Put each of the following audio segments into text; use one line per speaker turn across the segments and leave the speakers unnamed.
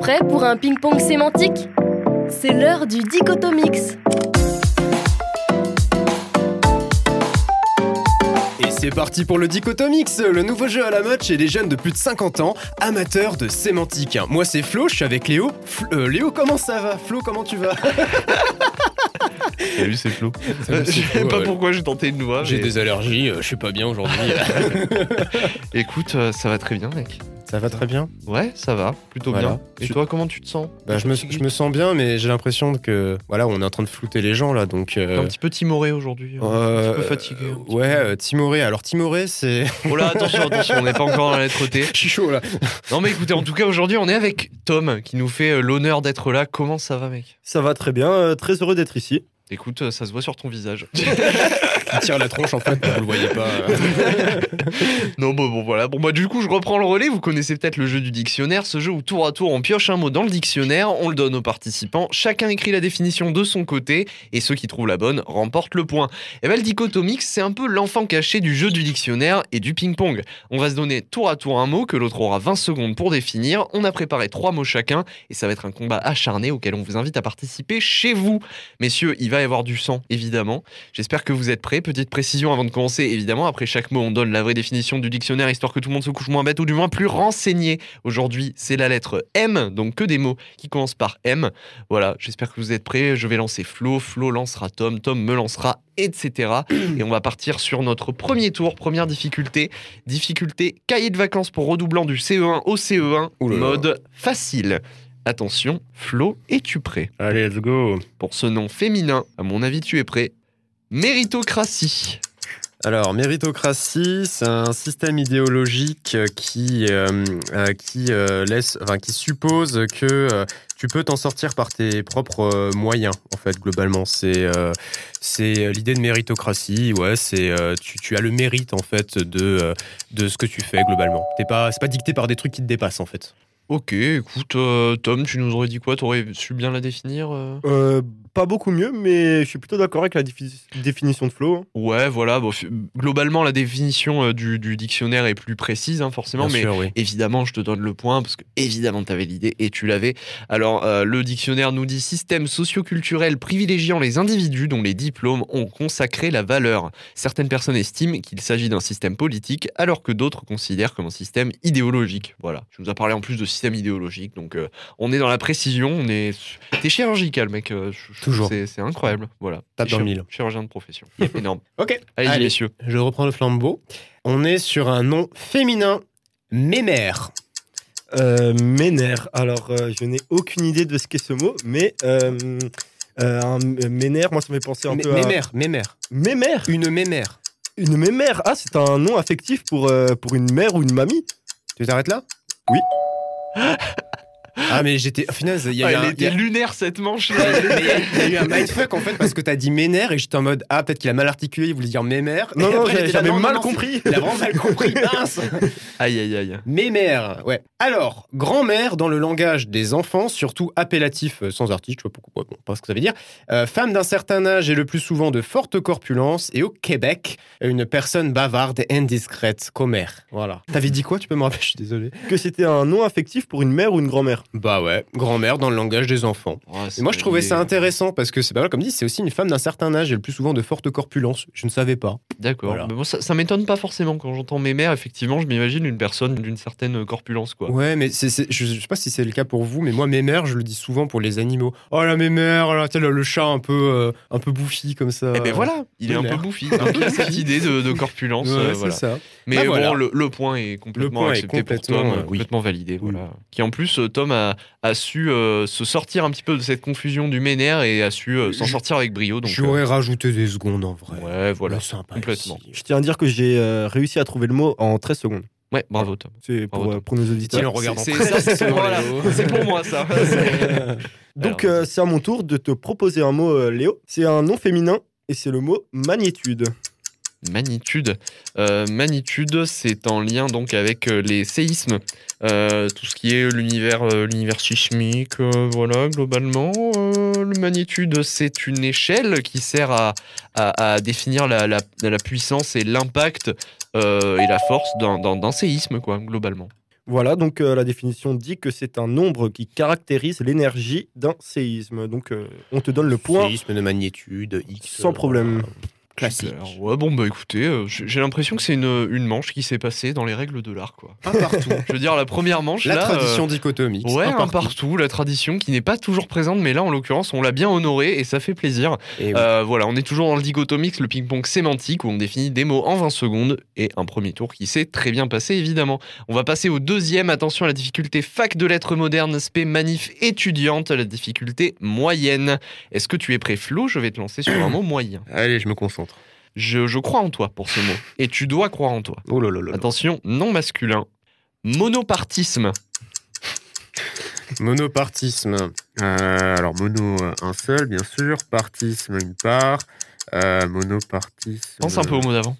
Prêt pour un ping-pong sémantique C'est l'heure du dichotomix.
Et c'est parti pour le Dichotomix, le nouveau jeu à la mode chez les jeunes de plus de 50 ans, amateurs de sémantique. Moi c'est Flo, je suis avec Léo. Fl- euh, Léo, comment ça va Flo, comment tu vas
Salut, c'est Flo.
Euh, Je sais pas pourquoi j'ai tenté une voix.
J'ai
mais-
des allergies, euh, je suis pas bien aujourd'hui.
Écoute, euh, ça va très bien, mec.
Ça va très bien.
Ouais, ça va, plutôt
Voilà.
bien. Et
Je-
toi, comment tu te sens
je, me, je me sens bien, mais j'ai l'impression que voilà, on est en train de flouter les gens là, donc.
T'es
euh,
un petit peu timoré aujourd'hui. hein.
euh,
un petit peu fatigué, un petit
ouais,
peu.
euh, Timoré. Alors Timoré, c'est.
Oh là, attention, attention, on n'est pas encore dans la lettre T.
je suis chaud là.
Non, mais écoutez, en tout cas, aujourd'hui, on est avec Tom qui nous fait euh, l'honneur d'être là. Comment ça va, mec
Ça va très bien, euh, très heureux d'être ici.
Écoute, euh, ça se voit sur ton visage.
Il tire la tronche en fait, vous le voyez pas.
Non, bon, bon, voilà. Bon, bah, du coup, je reprends le relais. Vous connaissez peut-être le jeu du dictionnaire. Ce jeu où tour à tour, on pioche un mot dans le dictionnaire, on le donne aux participants. Chacun écrit la définition de son côté et ceux qui trouvent la bonne remportent le point. Et ben, le dichotomix, c'est un peu l'enfant caché du jeu du dictionnaire et du ping-pong. On va se donner tour à tour un mot que l'autre aura 20 secondes pour définir. On a préparé trois mots chacun et ça va être un combat acharné auquel on vous invite à participer chez vous. Messieurs, il va y avoir du sang, évidemment. J'espère que vous êtes prêts. Petite précision avant de commencer, évidemment, après chaque mot, on donne la vraie définition du dictionnaire, histoire que tout le monde se couche moins bête ou du moins plus renseigné. Aujourd'hui, c'est la lettre M, donc que des mots qui commencent par M. Voilà, j'espère que vous êtes prêts. Je vais lancer Flo, Flo lancera Tom, Tom me lancera, etc. Et on va partir sur notre premier tour, première difficulté. Difficulté cahier de vacances pour redoublant du CE1 au CE1,
Ouh là là.
mode facile. Attention, Flo, es-tu prêt
Allez, let's go.
pour ce nom féminin, à mon avis, tu es prêt. Méritocratie.
Alors, méritocratie, c'est un système idéologique euh, qui, euh, euh, qui, euh, laisse, enfin, qui suppose que euh, tu peux t'en sortir par tes propres euh, moyens, en fait, globalement. C'est euh, c'est l'idée de méritocratie, ouais, c'est euh, tu, tu as le mérite, en fait, de, euh, de ce que tu fais, globalement. T'es pas, c'est pas dicté par des trucs qui te dépassent, en fait.
Ok, écoute, euh, Tom, tu nous aurais dit quoi T'aurais su bien la définir euh
Euh, pas beaucoup mieux, mais je suis plutôt d'accord avec la défi- définition de Flo. hein.
Ouais, voilà. bon, f- globalement, la définition euh, du, du dictionnaire est plus précise, hein, forcément, mais
sûr, oui.
Évidemment, je te donne le point parce que évidemment, tu avais l'idée et tu l'avais. Alors, euh, le dictionnaire nous dit système socioculturel privilégiant les individus dont les diplômes ont consacré la valeur. Certaines personnes estiment qu'il s'agit d'un système politique alors que d'autres considèrent comme un système idéologique. Voilà, tu nous as parlé en plus de système idéologique, donc euh, on est dans la précision, on est... T'es chirurgical, mec. euh, je- je trouve
Toujours.
que C'est c'est incroyable. Voilà.
Tape
T'es
dans le
chir-
mille.
Chirurgien de profession. Énorme.
Ok,
Allez,
Allez.
messieurs.
je reprends le flambeau. On est sur un nom féminin, mémère.
Euh, Ménère. Alors, euh, je n'ai aucune idée de ce qu'est ce mot, mais euh, euh, un ménère, moi ça me fait penser un
Mé-
peu à.
Mémère, mémère.
Mémère
Une mémère.
Une mémère Ah, c'est un nom affectif pour, euh, pour une mère ou une mamie
Tu t'arrêtes là
Oui.
Ah mais j'étais... oh, Finesse, il y a
Ah,
eu
elle
un... il y
était
a-
lunaire cette manche.
mais il y a- il y a eu un mindfuck en fait parce que t'as dit ménère et j'étais en mode ah peut-être qu'il a mal articulé il voulait dire mémère
Non,
Et
non,
après,
j'avais
j'étais là,
j'avais
non, non,
mal
non,
compris.
il a vraiment mal compris mince
aïe, aïe, aïe.
mémère ouais alors grand-mère dans le langage des enfants surtout appellatif euh, sans article je sais pas pourquoi bon, pas ce que ça veut dire Euh, femme d'un certain âge et le plus souvent de forte corpulence et au Québec une personne bavarde et indiscrète commère voilà t'avais dit quoi tu peux me rappeler je suis désolé
Que c'était un nom affectif pour une mère ou une grand-mère.
bah ouais grand-mère dans le langage des enfants
Oh,
Et moi, je trouvais ça intéressant parce que c'est pas mal comme dit, c'est aussi une femme d'un certain âge et le plus souvent de forte corpulence. Je ne savais pas.
D'accord.
Voilà.
Mais bon, ça, ça m'étonne pas forcément quand j'entends mes mères. Effectivement, je m'imagine une personne d'une certaine corpulence, quoi.
Ouais, mais c'est- c'est- je, je sais pas si c'est le cas pour vous, mais moi, mes mères, je le dis souvent pour les animaux. Oh la mes mères, là, tu sais, le, le chat un peu, euh, un peu bouffi comme ça.
Eh ben voilà, il est un
Lunaire.
peu bouffi. Donc il a cette idée de, de corpulence.
Ouais,
euh,
c'est
voilà.
ça.
Mais
Bah
bon,
voilà.
le, le point est complètement
Le point est
accepté
complètement,
pour Tom,
euh, oui.
complètement validé.
Oui.
Voilà. Qui en plus, euh, Tom a, a su euh, se sortir un petit peu de cette confusion du ménère et a su euh, s'en
Je-
sortir avec brio. Donc,
J'aurais rajouté des secondes en vrai.
euh, ouais, voilà.
Le sympa
complètement.
ici.
Je tiens à dire que j'ai euh, réussi à trouver le mot en 13 secondes.
Ouais, bravo Tom.
C'est pour,
Bravo,
euh, pour nos
Tiens,
auditeurs.
en regardant
C'est-
très
c'est- c'est-
sérieusement
voilà.
Léo.
C'est pour moi ça. C'est-
Donc
Alors,
euh, c'est à mon tour de te proposer un mot, euh, Léo. C'est un nom féminin et c'est le mot magnitude.
Magnitude. Euh, magnitude, c'est en lien donc avec euh, les séismes, Euh, tout ce qui est l'univers, euh, l'univers sismique, euh, voilà globalement. Euh, le magnitude, c'est une échelle qui sert à, à- à définir la, la- la puissance et l'impact euh, et la force d'un, d'un- d'un séisme quoi, globalement.
Voilà, donc euh, la définition dit que c'est un nombre qui caractérise l'énergie d'un séisme. Donc euh, on te donne le point
Séisme de magnitude, X.
sans problème.
Classique.
euh, Super. Ouais, bon, bah écoutez, euh, j'ai j'ai l'impression que c'est une, une manche qui s'est passée dans les règles de l'art, quoi.
Un partout.
Je veux dire, la première manche,
La
là, euh,
tradition dichotomique.
ouais,
un
un partout. la tradition qui n'est pas toujours présente, mais là, en l'occurrence, on l'a bien honorée et ça fait plaisir.
Et Eh oui.
Euh, voilà, on est toujours dans le dichotomix, le ping-pong sémantique, où on définit des mots en 20 secondes et un premier tour qui s'est très bien passé, évidemment. On va passer au deuxième. Attention à la difficulté fac de lettres modernes, aspect manif étudiante, la difficulté moyenne. Est-ce que tu es prêt, Flo Je vais te lancer sur un mot moyen.
Allez, je me concentre.
Je, je crois en toi pour ce mot. Et tu dois croire en toi.
Oh là là là là.
Attention, Bah non masculin. Monopartisme.
Monopartisme. Euh, alors, mono, euh, un seul, bien sûr. Partisme, une part. Euh, monopartisme.
Pense un peu au mot d'avant.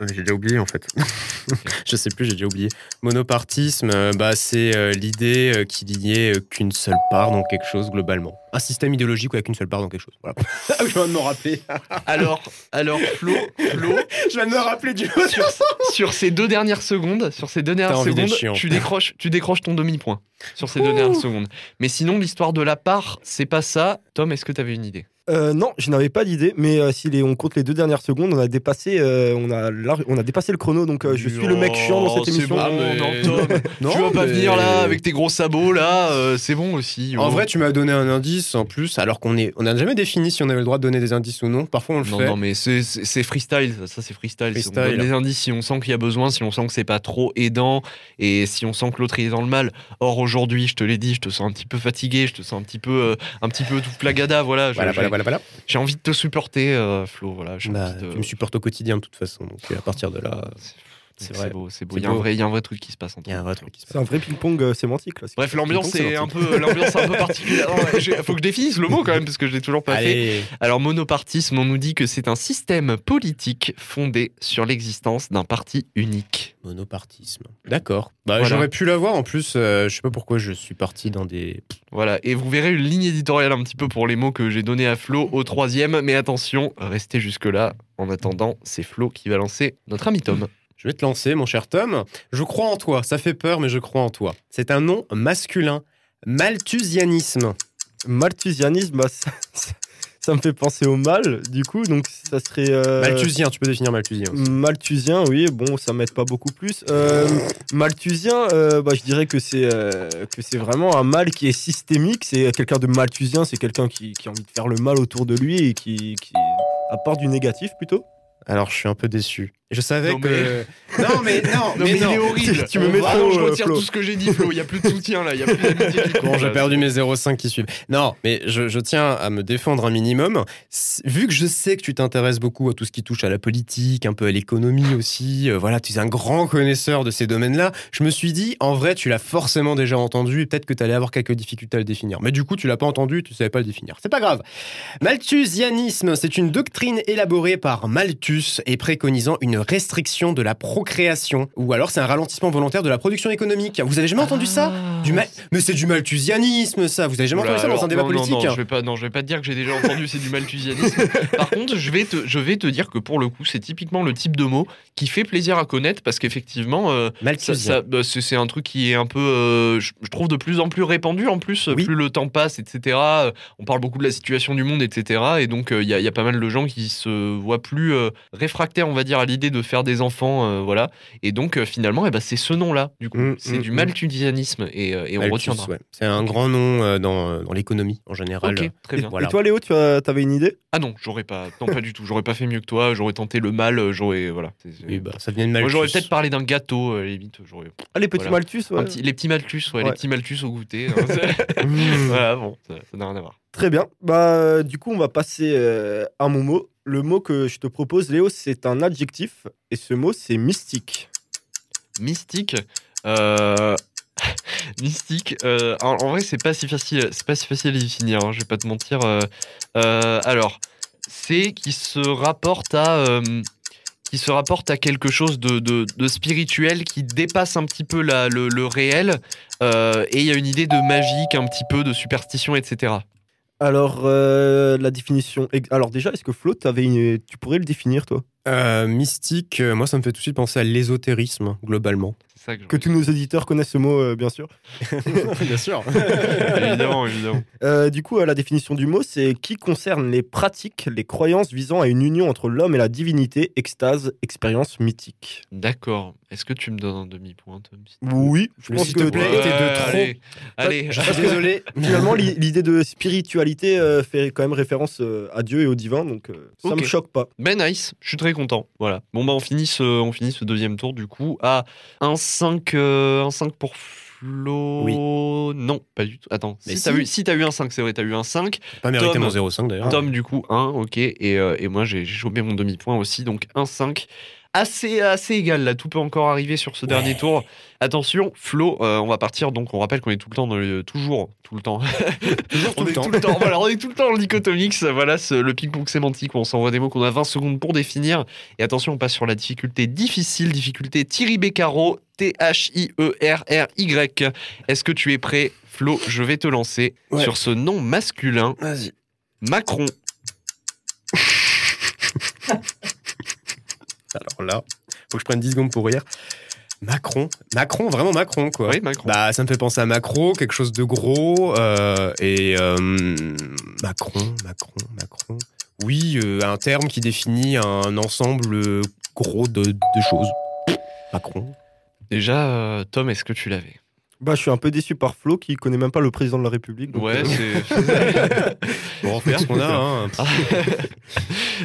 Ouais, J'ai déjà oublié en fait. je sais plus, j'ai déjà oublié. Monopartisme, euh, bah, c'est euh, l'idée euh, qu'il n'y ait euh, qu'une seule part dans quelque chose globalement. Un système idéologique où il n'y a qu'une seule part dans quelque chose. Voilà.
Ah,
je viens de me rappeler.
Alors, alors Flo, Flo,
Je viens de me rappeler du mot.
sur, sur ces deux dernières secondes, sur ces deux dernières
envie d'être
secondes,
chiant.
tu décroches, tu décroches ton demi-point sur ces deux dernières secondes. Mais sinon, l'histoire de la part, c'est pas ça. Tom, est-ce que t'avais une idée
Euh, non, je n'avais pas d'idée, mais euh, si les- on compte les deux dernières secondes, on a dépassé, euh, on a lar- on a dépassé le chrono, donc euh, je suis le mec chiant dans cette émission.
Bon,
mais-
non, Tom, tu vas pas venir là avec tes gros sabots là. euh, c'est bon aussi.
En
oh.
vrai, tu m'as donné un indice en plus, alors qu'on est, on n'a jamais défini si on avait le droit de donner des indices ou non. Parfois, on le
Non,
fait.
non, mais c'est- c'est c'est freestyle, ça, ça, c'est freestyle. Si on
Freestyle.
donne les indices si on sent qu'il y a besoin, si on sent que c'est pas trop aidant et si on sent que l'autre il est dans le mal. Or aujourd'hui, je te l'ai dit, je te sens un petit peu fatigué, je te sens un petit peu, euh, un petit peu tout flagada, voilà. je-
Voilà,
j'ai-
voilà, voilà, voilà.
J'ai envie de te supporter, euh, Flo, voilà. j'ai euh,
Bah,
envie de-
Tu me supportes au quotidien de toute façon, donc euh, à partir de là,
C'est
c'est
c'est
vrai.
beau, c'est beau.
C'est
Il y a un
beau.
vrai- il y a un vrai truc qui se passe entre
il y a un
nous.
vrai truc qui se passe.
C'est un vrai ping-pong euh, sémantique là. C'est-
Bref, l'ambiance
c'est un
est un peu, l'ambiance est un peu particulière. Non, ouais, j'ai- faut que je définisse le mot quand même, parce que je l'ai toujours pas fait.
Allez,
Alors, monopartisme, on nous dit que c'est un système politique fondé sur l'existence d'un parti unique.
monopartisme. D'accord. Bah,
Voilà.
J'aurais pu l'avoir en plus. euh, je sais pas pourquoi je suis parti dans des.
Voilà, et vous verrez une ligne éditoriale un petit peu pour les mots que j'ai donnés à Flo au troisième, mais attention, restez jusque-là. En attendant, c'est Flo qui va lancer notre ami Tom.
Je vais te lancer, mon cher Tom. Je crois en toi. Ça fait peur, mais je crois en toi. C'est un nom masculin. Malthusianisme.
Malthusianisme, bah, ça, ça- ça me fait penser au mal, du coup, donc ça serait. euh,
Malthusien, tu peux définir Malthusien. aussi.
Malthusien, oui, bon, ça m'aide pas beaucoup plus. Euh, Malthusien, euh, bah, je dirais que c'est euh, que c'est vraiment un mal qui est systémique. C'est quelqu'un de Malthusien, c'est quelqu'un qui, qui a envie de faire le mal autour de lui et qui, qui apporte du négatif plutôt.
Alors, je suis un peu déçu. Je savais
Non,
que. Non, mais non, mais, non.
horrible.
Tu me mets
Vraiment,
trop,
je
euh,
retire
Flo.
tout ce que j'ai dit, Flo. Il n'y a plus de soutien là. Il y a plus d'amitié qui
Bon,
compte,
j'ai
là.
perdu mes 0,5 qui suivent. Non, mais je, je tiens à me défendre un minimum. S- Vu que je sais que tu t'intéresses beaucoup à tout ce qui touche à la politique, un peu à l'économie aussi, euh, voilà, tu es un grand connaisseur de ces domaines-là, je me suis dit, en vrai, tu l'as forcément déjà entendu, et peut-être que tu allais avoir quelques difficultés à le définir. Mais du coup, tu l'as pas entendu, tu savais pas le définir. C'est pas grave. Malthusianisme, c'est une doctrine élaborée par Malthus et préconisant une restriction de la procréation, ou alors c'est un ralentissement volontaire de la production économique. Vous
Ah.
avez jamais entendu ça du mal- Mais c'est du malthusianisme, ça. Vous avez jamais
Oula,
entendu ça dans
Bah alors,
un débat
non, non,
politique hein.
non, je vais pas, non, je vais pas te dire que j'ai déjà entendu c'est du malthusianisme. Par contre, je vais te, je vais te dire que pour le coup, c'est typiquement le type de mot qui fait plaisir à connaître parce qu'effectivement, euh, ça,
Malthusien.
ça- bah, c'est c'est un truc qui est un peu, euh, je, je trouve de plus en plus répandu en plus.
Oui.
Plus le temps passe, etc. euh, On parle beaucoup de la situation du monde, etc. Et donc euh, il y, a- y a pas mal de gens qui se voient plus euh, réfractaires, on va dire, à l'idée de faire des enfants, euh, voilà. Et donc euh, finalement, eh ben, c'est ce nom-là. Du coup,
Mm,
c'est
mm,
du
mm.
malthusianisme et, euh, et on
Malthus,
retiendra.
ouais. C'est un grand nom euh, dans, euh, dans l'économie en général.
Ok, très bien.
Voilà.
Et toi, Léo, tu as- t'avais une idée
Ah non, j'aurais pas, non pas du tout, j'aurais pas fait mieux que toi, j'aurais tenté le mal, euh, j'aurais voilà. C'est- c'est-
Oui, bah, ça vient de Malthus.
Moi j'aurais peut-être parlé d'un gâteau, euh, limite, j'aurais
Ah, les petits
Voilà.
Malthus, ouais.
un petit- les petits maltus, ouais, les
Ouais.
petits maltus au goûter. hein, c'est-
Mmh.
voilà, bon, ça ça n'a rien à voir.
Très bien. Bah, euh, du coup, on va passer euh, à mon mot. Le mot que je te propose, Léo, c'est un adjectif et ce mot, c'est mystique.
Mystique, euh, mystique. euh, en, en vrai, c'est pas si facile, c'est pas si facile à définir. hein, je vais pas te mentir. euh, euh, alors, c'est qui se rapporte à euh, qui se rapporte à quelque chose de, de- de spirituel qui dépasse un petit peu la- le, le réel. euh, et il y a une idée de magique, un petit peu de superstition, etc.
Alors, euh, la définition. ex- Alors, déjà, est-ce que Flo, t'avais une- tu pourrais le définir, toi
Euh, mystique, euh, moi, ça me fait tout de suite penser à l'ésotérisme, globalement.
C'est ça que, je
Que tous nos auditeurs connaissent ce mot, euh, bien sûr.
Bien sûr.
Évidemment, évidemment.
Euh, du coup, euh, la définition du mot, c'est qui concerne les pratiques, les croyances visant à une union entre l'homme et la divinité, extase, expérience mythique.
D'accord. Est-ce que tu me donnes un demi-point, Tom s'il te plaît
Oui, je
Le
pense
s'il
que
te plaît était de trop.
Allez, allez.
Je suis désolé.
finalement, l'i- l'idée de spiritualité euh, fait quand même référence euh, à Dieu et au divin, donc euh, ça
Ok.
me choque pas.
Ben nice, je suis très content. Voilà. Bon bah on finit ce, on finit ce deuxième tour du coup à un 5, euh, un 5 pour Flo. Non, pas du tout. Attends,
Mais
si, t'as
si. Ah.
eu, si t'as eu un 5, c'est vrai, t'as eu un 5.
Pas mérité
Tom.
mon 0,5 d'ailleurs.
Tom du coup 1, ok. Et, euh, et moi j'ai j'ai chopé mon demi-point aussi, donc un 5. Assez, assez égal là, tout peut encore arriver sur ce dernier tour. Attention, Flo, euh, on va partir, donc on rappelle qu'on est tout le temps dans le. Toujours, tout le temps.
toujours
On est tout le temps, voilà, on est tout le temps en dichotomix, voilà ce- le ping-pong sémantique où on s'envoie des mots qu'on a 20 secondes pour définir. Et attention, on passe sur la difficulté difficile, difficulté Thierry Beccaro, E T-H-I-E-R-R-Y. Est-ce que tu es prêt, Flo Je vais te lancer
Ouais.
sur ce nom masculin,
Vas-y.
Macron.
Alors là, faut que je prenne 10 secondes pour rire. Macron. Macron, vraiment Macron, quoi.
Oui, Macron.
Bah, ça me fait penser à Macron, quelque chose de gros. euh, et euh, Macron, Macron, Macron. Oui, euh, un terme qui définit un ensemble euh, gros de, de choses. Macron.
Déjà, euh, Tom, est-ce que tu l'avais
Bah, je suis un peu déçu par Flo qui connaît même pas le président de la République. donc, euh,
c'est.
Bon, on fait ce qu'on a. Hein.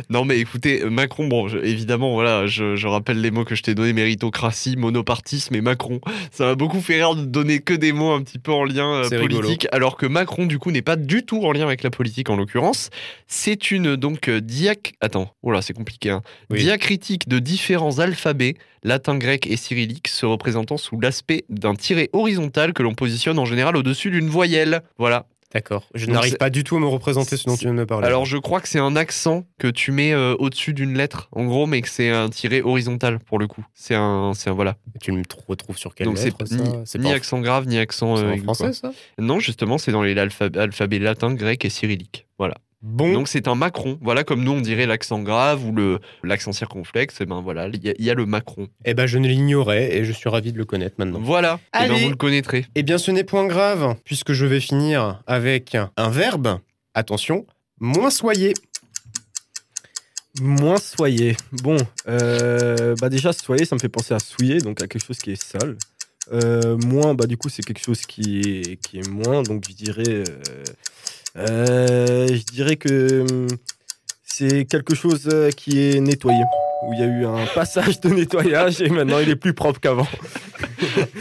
non mais écoutez, Macron, bon, je- évidemment, voilà, je, je rappelle les mots que je t'ai donnés, méritocratie, monopartisme et Macron. Ça m'a beaucoup fait rire de donner que des mots un petit peu en lien euh,
C'est
politique, alors que Macron, du coup, n'est pas du tout en lien avec la politique en l'occurrence. C'est une, donc, euh, diac... Attends, oh là, c'est compliqué, hein.
Oui.
Diacritique de différents alphabets, latin, grec et cyrillique, se représentant sous l'aspect d'un tiret horizontal que l'on positionne en général au-dessus d'une voyelle. Voilà,
D'accord. Je
Donc
n'arrive
c'est-
pas du tout à me représenter ce dont
c'est-
tu viens de me parler.
Alors, je crois que c'est un accent que tu mets euh, au-dessus d'une lettre, en gros, mais que c'est un tiré horizontal pour le coup. C'est un, c'est un- voilà.
tu me tr- retrouves sur quelle
Donc c'est
lettre ça
ni,
C'est
ni
pas en-
accent grave ni accent
c'est
euh,
en
aigu,
français,
quoi.
ça
Non, justement, c'est dans les l'alpha- alphabet latin, grec et cyrillique. Voilà.
Bon.
Donc c'est un Macron. Voilà, comme nous on dirait l'accent grave ou le l'accent circonflexe. Et ben voilà, il y, a- il y a le Macron.
Eh ben, je ne l'ignorais et je suis ravi de le connaître maintenant.
Voilà. Et ben
Allez.
vous le connaîtrez.
Eh bien, ce n'est point grave, puisque je vais finir avec un verbe. Attention, moins soyez.
Moins soyez. Bon, euh, bah déjà, soyez, ça me fait penser à souiller, donc à quelque chose qui est sale. Euh, moins, bah du coup, c'est quelque chose qui est, qui est moins, donc je dirais. euh, euh, je dirais que hum, c'est quelque chose euh, qui est nettoyé. Où il y a eu un passage de nettoyage et maintenant il est plus propre qu'avant.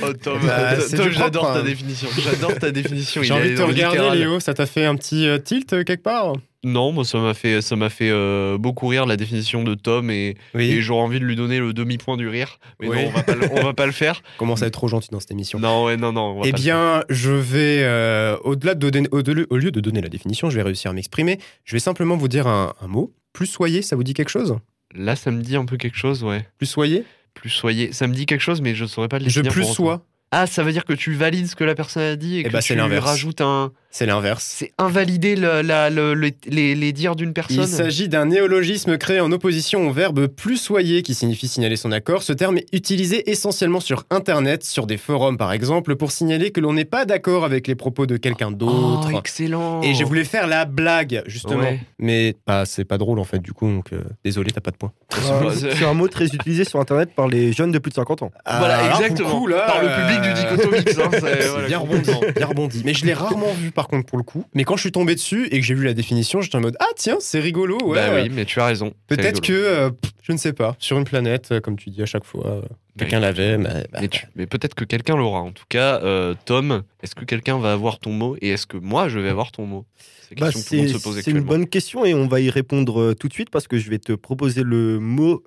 Oh, Tom,
Bah, c'est du
j'adore
propre,
ta
hein.
définition. J'adore ta définition.
J'ai
Il
envie
est
de te regarder,
littéral.
Léo. Ça t'a fait un petit euh, tilt euh, quelque part
Non, moi ça m'a fait ça m'a fait euh, beaucoup rire la définition de Tom et Et j'aurais envie de lui donner le demi-point du rire. Mais
Oui.
non, on va, pas le, on va pas le faire.
Commence à être trop gentil dans cette émission.
Non, ouais, non, non. Bah, on va
Eh
pas le
bien, je vais, euh, au-delà de donner- au-delà- au lieu de donner la définition, je vais réussir à m'exprimer. Je vais simplement vous dire un, un mot. Plus soyez, ça vous dit quelque chose
faire. Là, ça me dit un peu quelque chose, ouais.
Plus soyez
Plus soyez. Ça me dit quelque chose, mais je saurais pas le
Je
définir
plus
pour autant.
sois.
Ah, ça veut dire que tu valides ce que la personne a dit et,
Eh
que
bah, c'est
tu
l'inverse.
rajoutes un.
C'est l'inverse.
C'est invalider le- la- le- le- les, les dires d'une personne.
Il s'agit d'un néologisme créé en opposition au verbe plus soyez qui signifie signaler son accord. Ce terme est utilisé essentiellement sur Internet, sur des forums par exemple, pour signaler que l'on n'est pas d'accord avec les propos de quelqu'un
Oh,
d'autre.
excellent.
Et je voulais faire la blague, justement.
Oh. Ouais.
Mais bah, c'est pas drôle, en fait, du coup. Donc, euh, désolé, t'as pas de points.
pas- c'est-
c'est un mot très utilisé sur internet par les jeunes de plus de 50 ans.
Voilà,
Ah, alors,
exactement.
pour le coup, là,
Par le public
euh,
du Dichotomix. hein, c'est-
c'est
voilà,
bien rebondi,
complètement.
bien rebondi. Mais je l'ai rarement vu par contre pour le coup. Mais quand je suis tombé dessus et que j'ai vu la définition, j'étais en mode Ah tiens, c'est rigolo, ouais.
Bah oui, mais tu as raison. c'est
Peut-être
rigolo.
que, euh, pff, je ne sais pas, sur une planète, euh, comme tu dis à chaque fois, euh, quelqu'un l'avait, mais. bah,
Mais, tu- mais peut-être que quelqu'un l'aura. En tout cas, euh, Tom, est-ce que quelqu'un va avoir ton mot et est-ce que moi je vais avoir ton mot C'est la
Bah,
question que tout le monde se
c'est-
pose
C'est une
actuellement.
bonne question et on va y répondre euh, tout de suite parce que je vais te proposer le mot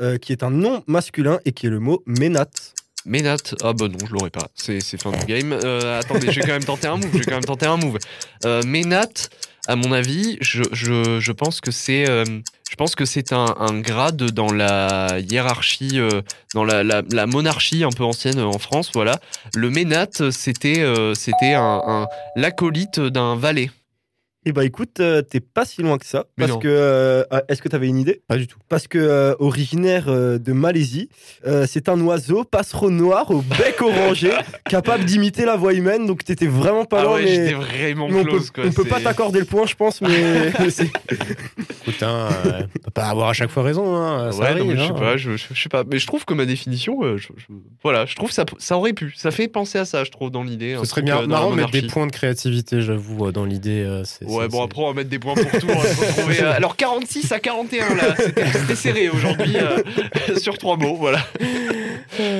euh, qui est un nom masculin et qui est le mot ménate.
Mais Nat, ah bah non, je l'aurai pas. C'est c'est fin du game. Euh, attendez, j'ai quand même tenté un move. J'ai quand même tenté un move. Euh, mais Nat, à mon avis, je, je, je pense que c'est euh, je pense que c'est un, un grade dans la hiérarchie, euh, dans la, la, la monarchie un peu ancienne euh, en France. Voilà, le Ménat, c'était euh, c'était un, un l'acolyte d'un valet.
Eh bah écoute, euh, t'es pas si loin que ça.
Mais
parce
non.
que, euh, ah, est-ce que t'avais une idée
Pas du tout.
Parce que euh, originaire euh, de Malaisie, euh, c'est un oiseau passereau noir au bec orangé, capable d'imiter la voix humaine. Donc t'étais vraiment pas
Ah
loin.
ouais,
mais-
j'étais vraiment
mais on
close,
peut,
quoi,
on peut
c'est-
pas t'accorder le point, je pense, mais mais c'est-
Putain, euh, on peut pas avoir à chaque fois raison. Hein. Ça
Ouais,
arrive,
non, mais je sais
hein.
pas, je, je- je sais pas. Mais je trouve que ma définition, euh, je- je- voilà, je trouve ça, ça aurait pu. Ça fait penser à ça, je trouve, dans l'idée. un
Ce serait
truc,
bien
euh, dans la
marrant de mettre des
monarchie.
points de créativité, j'avoue, euh, dans l'idée. euh, c'est-
Ouais,
c'est-
bon,
c'est-
après, on va mettre des points pour tout. hein, faut trouver, euh, alors, 46 à 41, là, c'était c'était serré aujourd'hui euh, sur trois mots, voilà.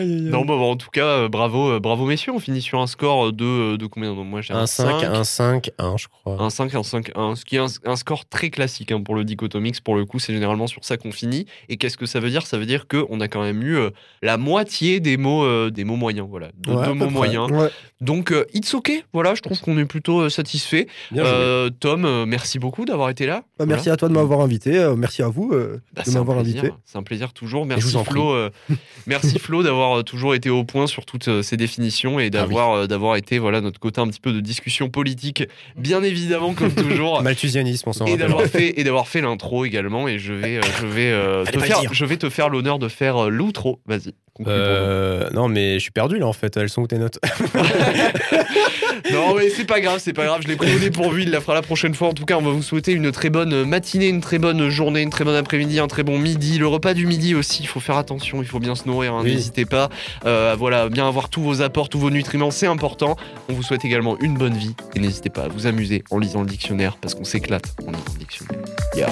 Non, bah, bah, en tout cas, euh, bravo, euh, bravo, messieurs. On finit sur un score de, euh, de combien Non, Moi, j'ai
Un 5, un 5, 1, je crois.
Un 5, un 5, 1, ce qui est un, un score très classique hein, pour le dichotomix. Pour le coup, c'est généralement sur ça qu'on finit. Et qu'est-ce que ça veut dire Ça veut dire qu'on a quand même eu euh, la moitié des mots, euh, des mots moyens. Voilà, de
Ouais, à
deux
peu
mots
près.
moyens.
Ouais.
Donc, euh, it's ok. Voilà, je trouve qu'on est plutôt euh, satisfait.
Bien joué.
Euh, Tom, euh, merci beaucoup d'avoir été là.
Bah, merci à toi de m'avoir invité, euh, merci à vous euh,
Bah,
de
c'est un
m'avoir
plaisir.
invité.
C'est un plaisir toujours.
je
Merci
vous en
Flo, euh, merci Flo d'avoir euh, toujours été au point sur toutes euh, ces définitions
Ah
et d'avoir euh, d'avoir été voilà notre côté un petit peu de discussion politique, bien évidemment comme toujours.
Malthusianisme, on s'en
euh, Et
rappelle.
d'avoir fait et d'avoir fait l'intro également et je vais euh, je vais euh, te
pas le
faire
dire.
je vais te faire l'honneur de faire euh, l'outro vas-y conclue pour nous.
Euh, non, mais je suis perdu là en fait. Elles sont où tes notes
non mais c'est pas grave c'est pas grave je l'ai pris au dépourvu il la fera la prochaine fois en tout cas on va vous souhaiter une très bonne euh, matinée une très bonne journée une très bonne après-midi un très bon midi le repas du midi aussi il faut faire attention il faut bien se nourrir hein,
Oui.
n'hésitez pas Euh, voilà bien avoir tous vos apports tous vos nutriments c'est important on vous souhaite également une bonne vie et n'hésitez pas à vous amuser en lisant le dictionnaire parce qu'on s'éclate en lisant le dictionnaire Yeah.